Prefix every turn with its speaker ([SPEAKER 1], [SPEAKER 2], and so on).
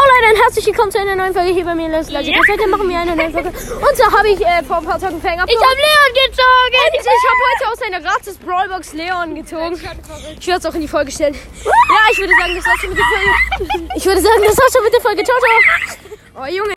[SPEAKER 1] dann herzlich willkommen zu einer neuen Folge hier bei mir, Los Leute.
[SPEAKER 2] Ja.
[SPEAKER 1] Heute machen wir eine neue Folge. Und zwar habe ich äh, vor ein paar Tagen Fang
[SPEAKER 2] Ich hab Leon
[SPEAKER 1] Und
[SPEAKER 2] gezogen!
[SPEAKER 1] ich habe heute aus einer gratis Brawlbox Leon gezogen. Ich werde es auch in die Folge stellen. Ja, ich würde sagen, das war's schon mit der Folge. Ich würde sagen, das war's schon mit der Folge. Ciao, ciao. Oh, Junge.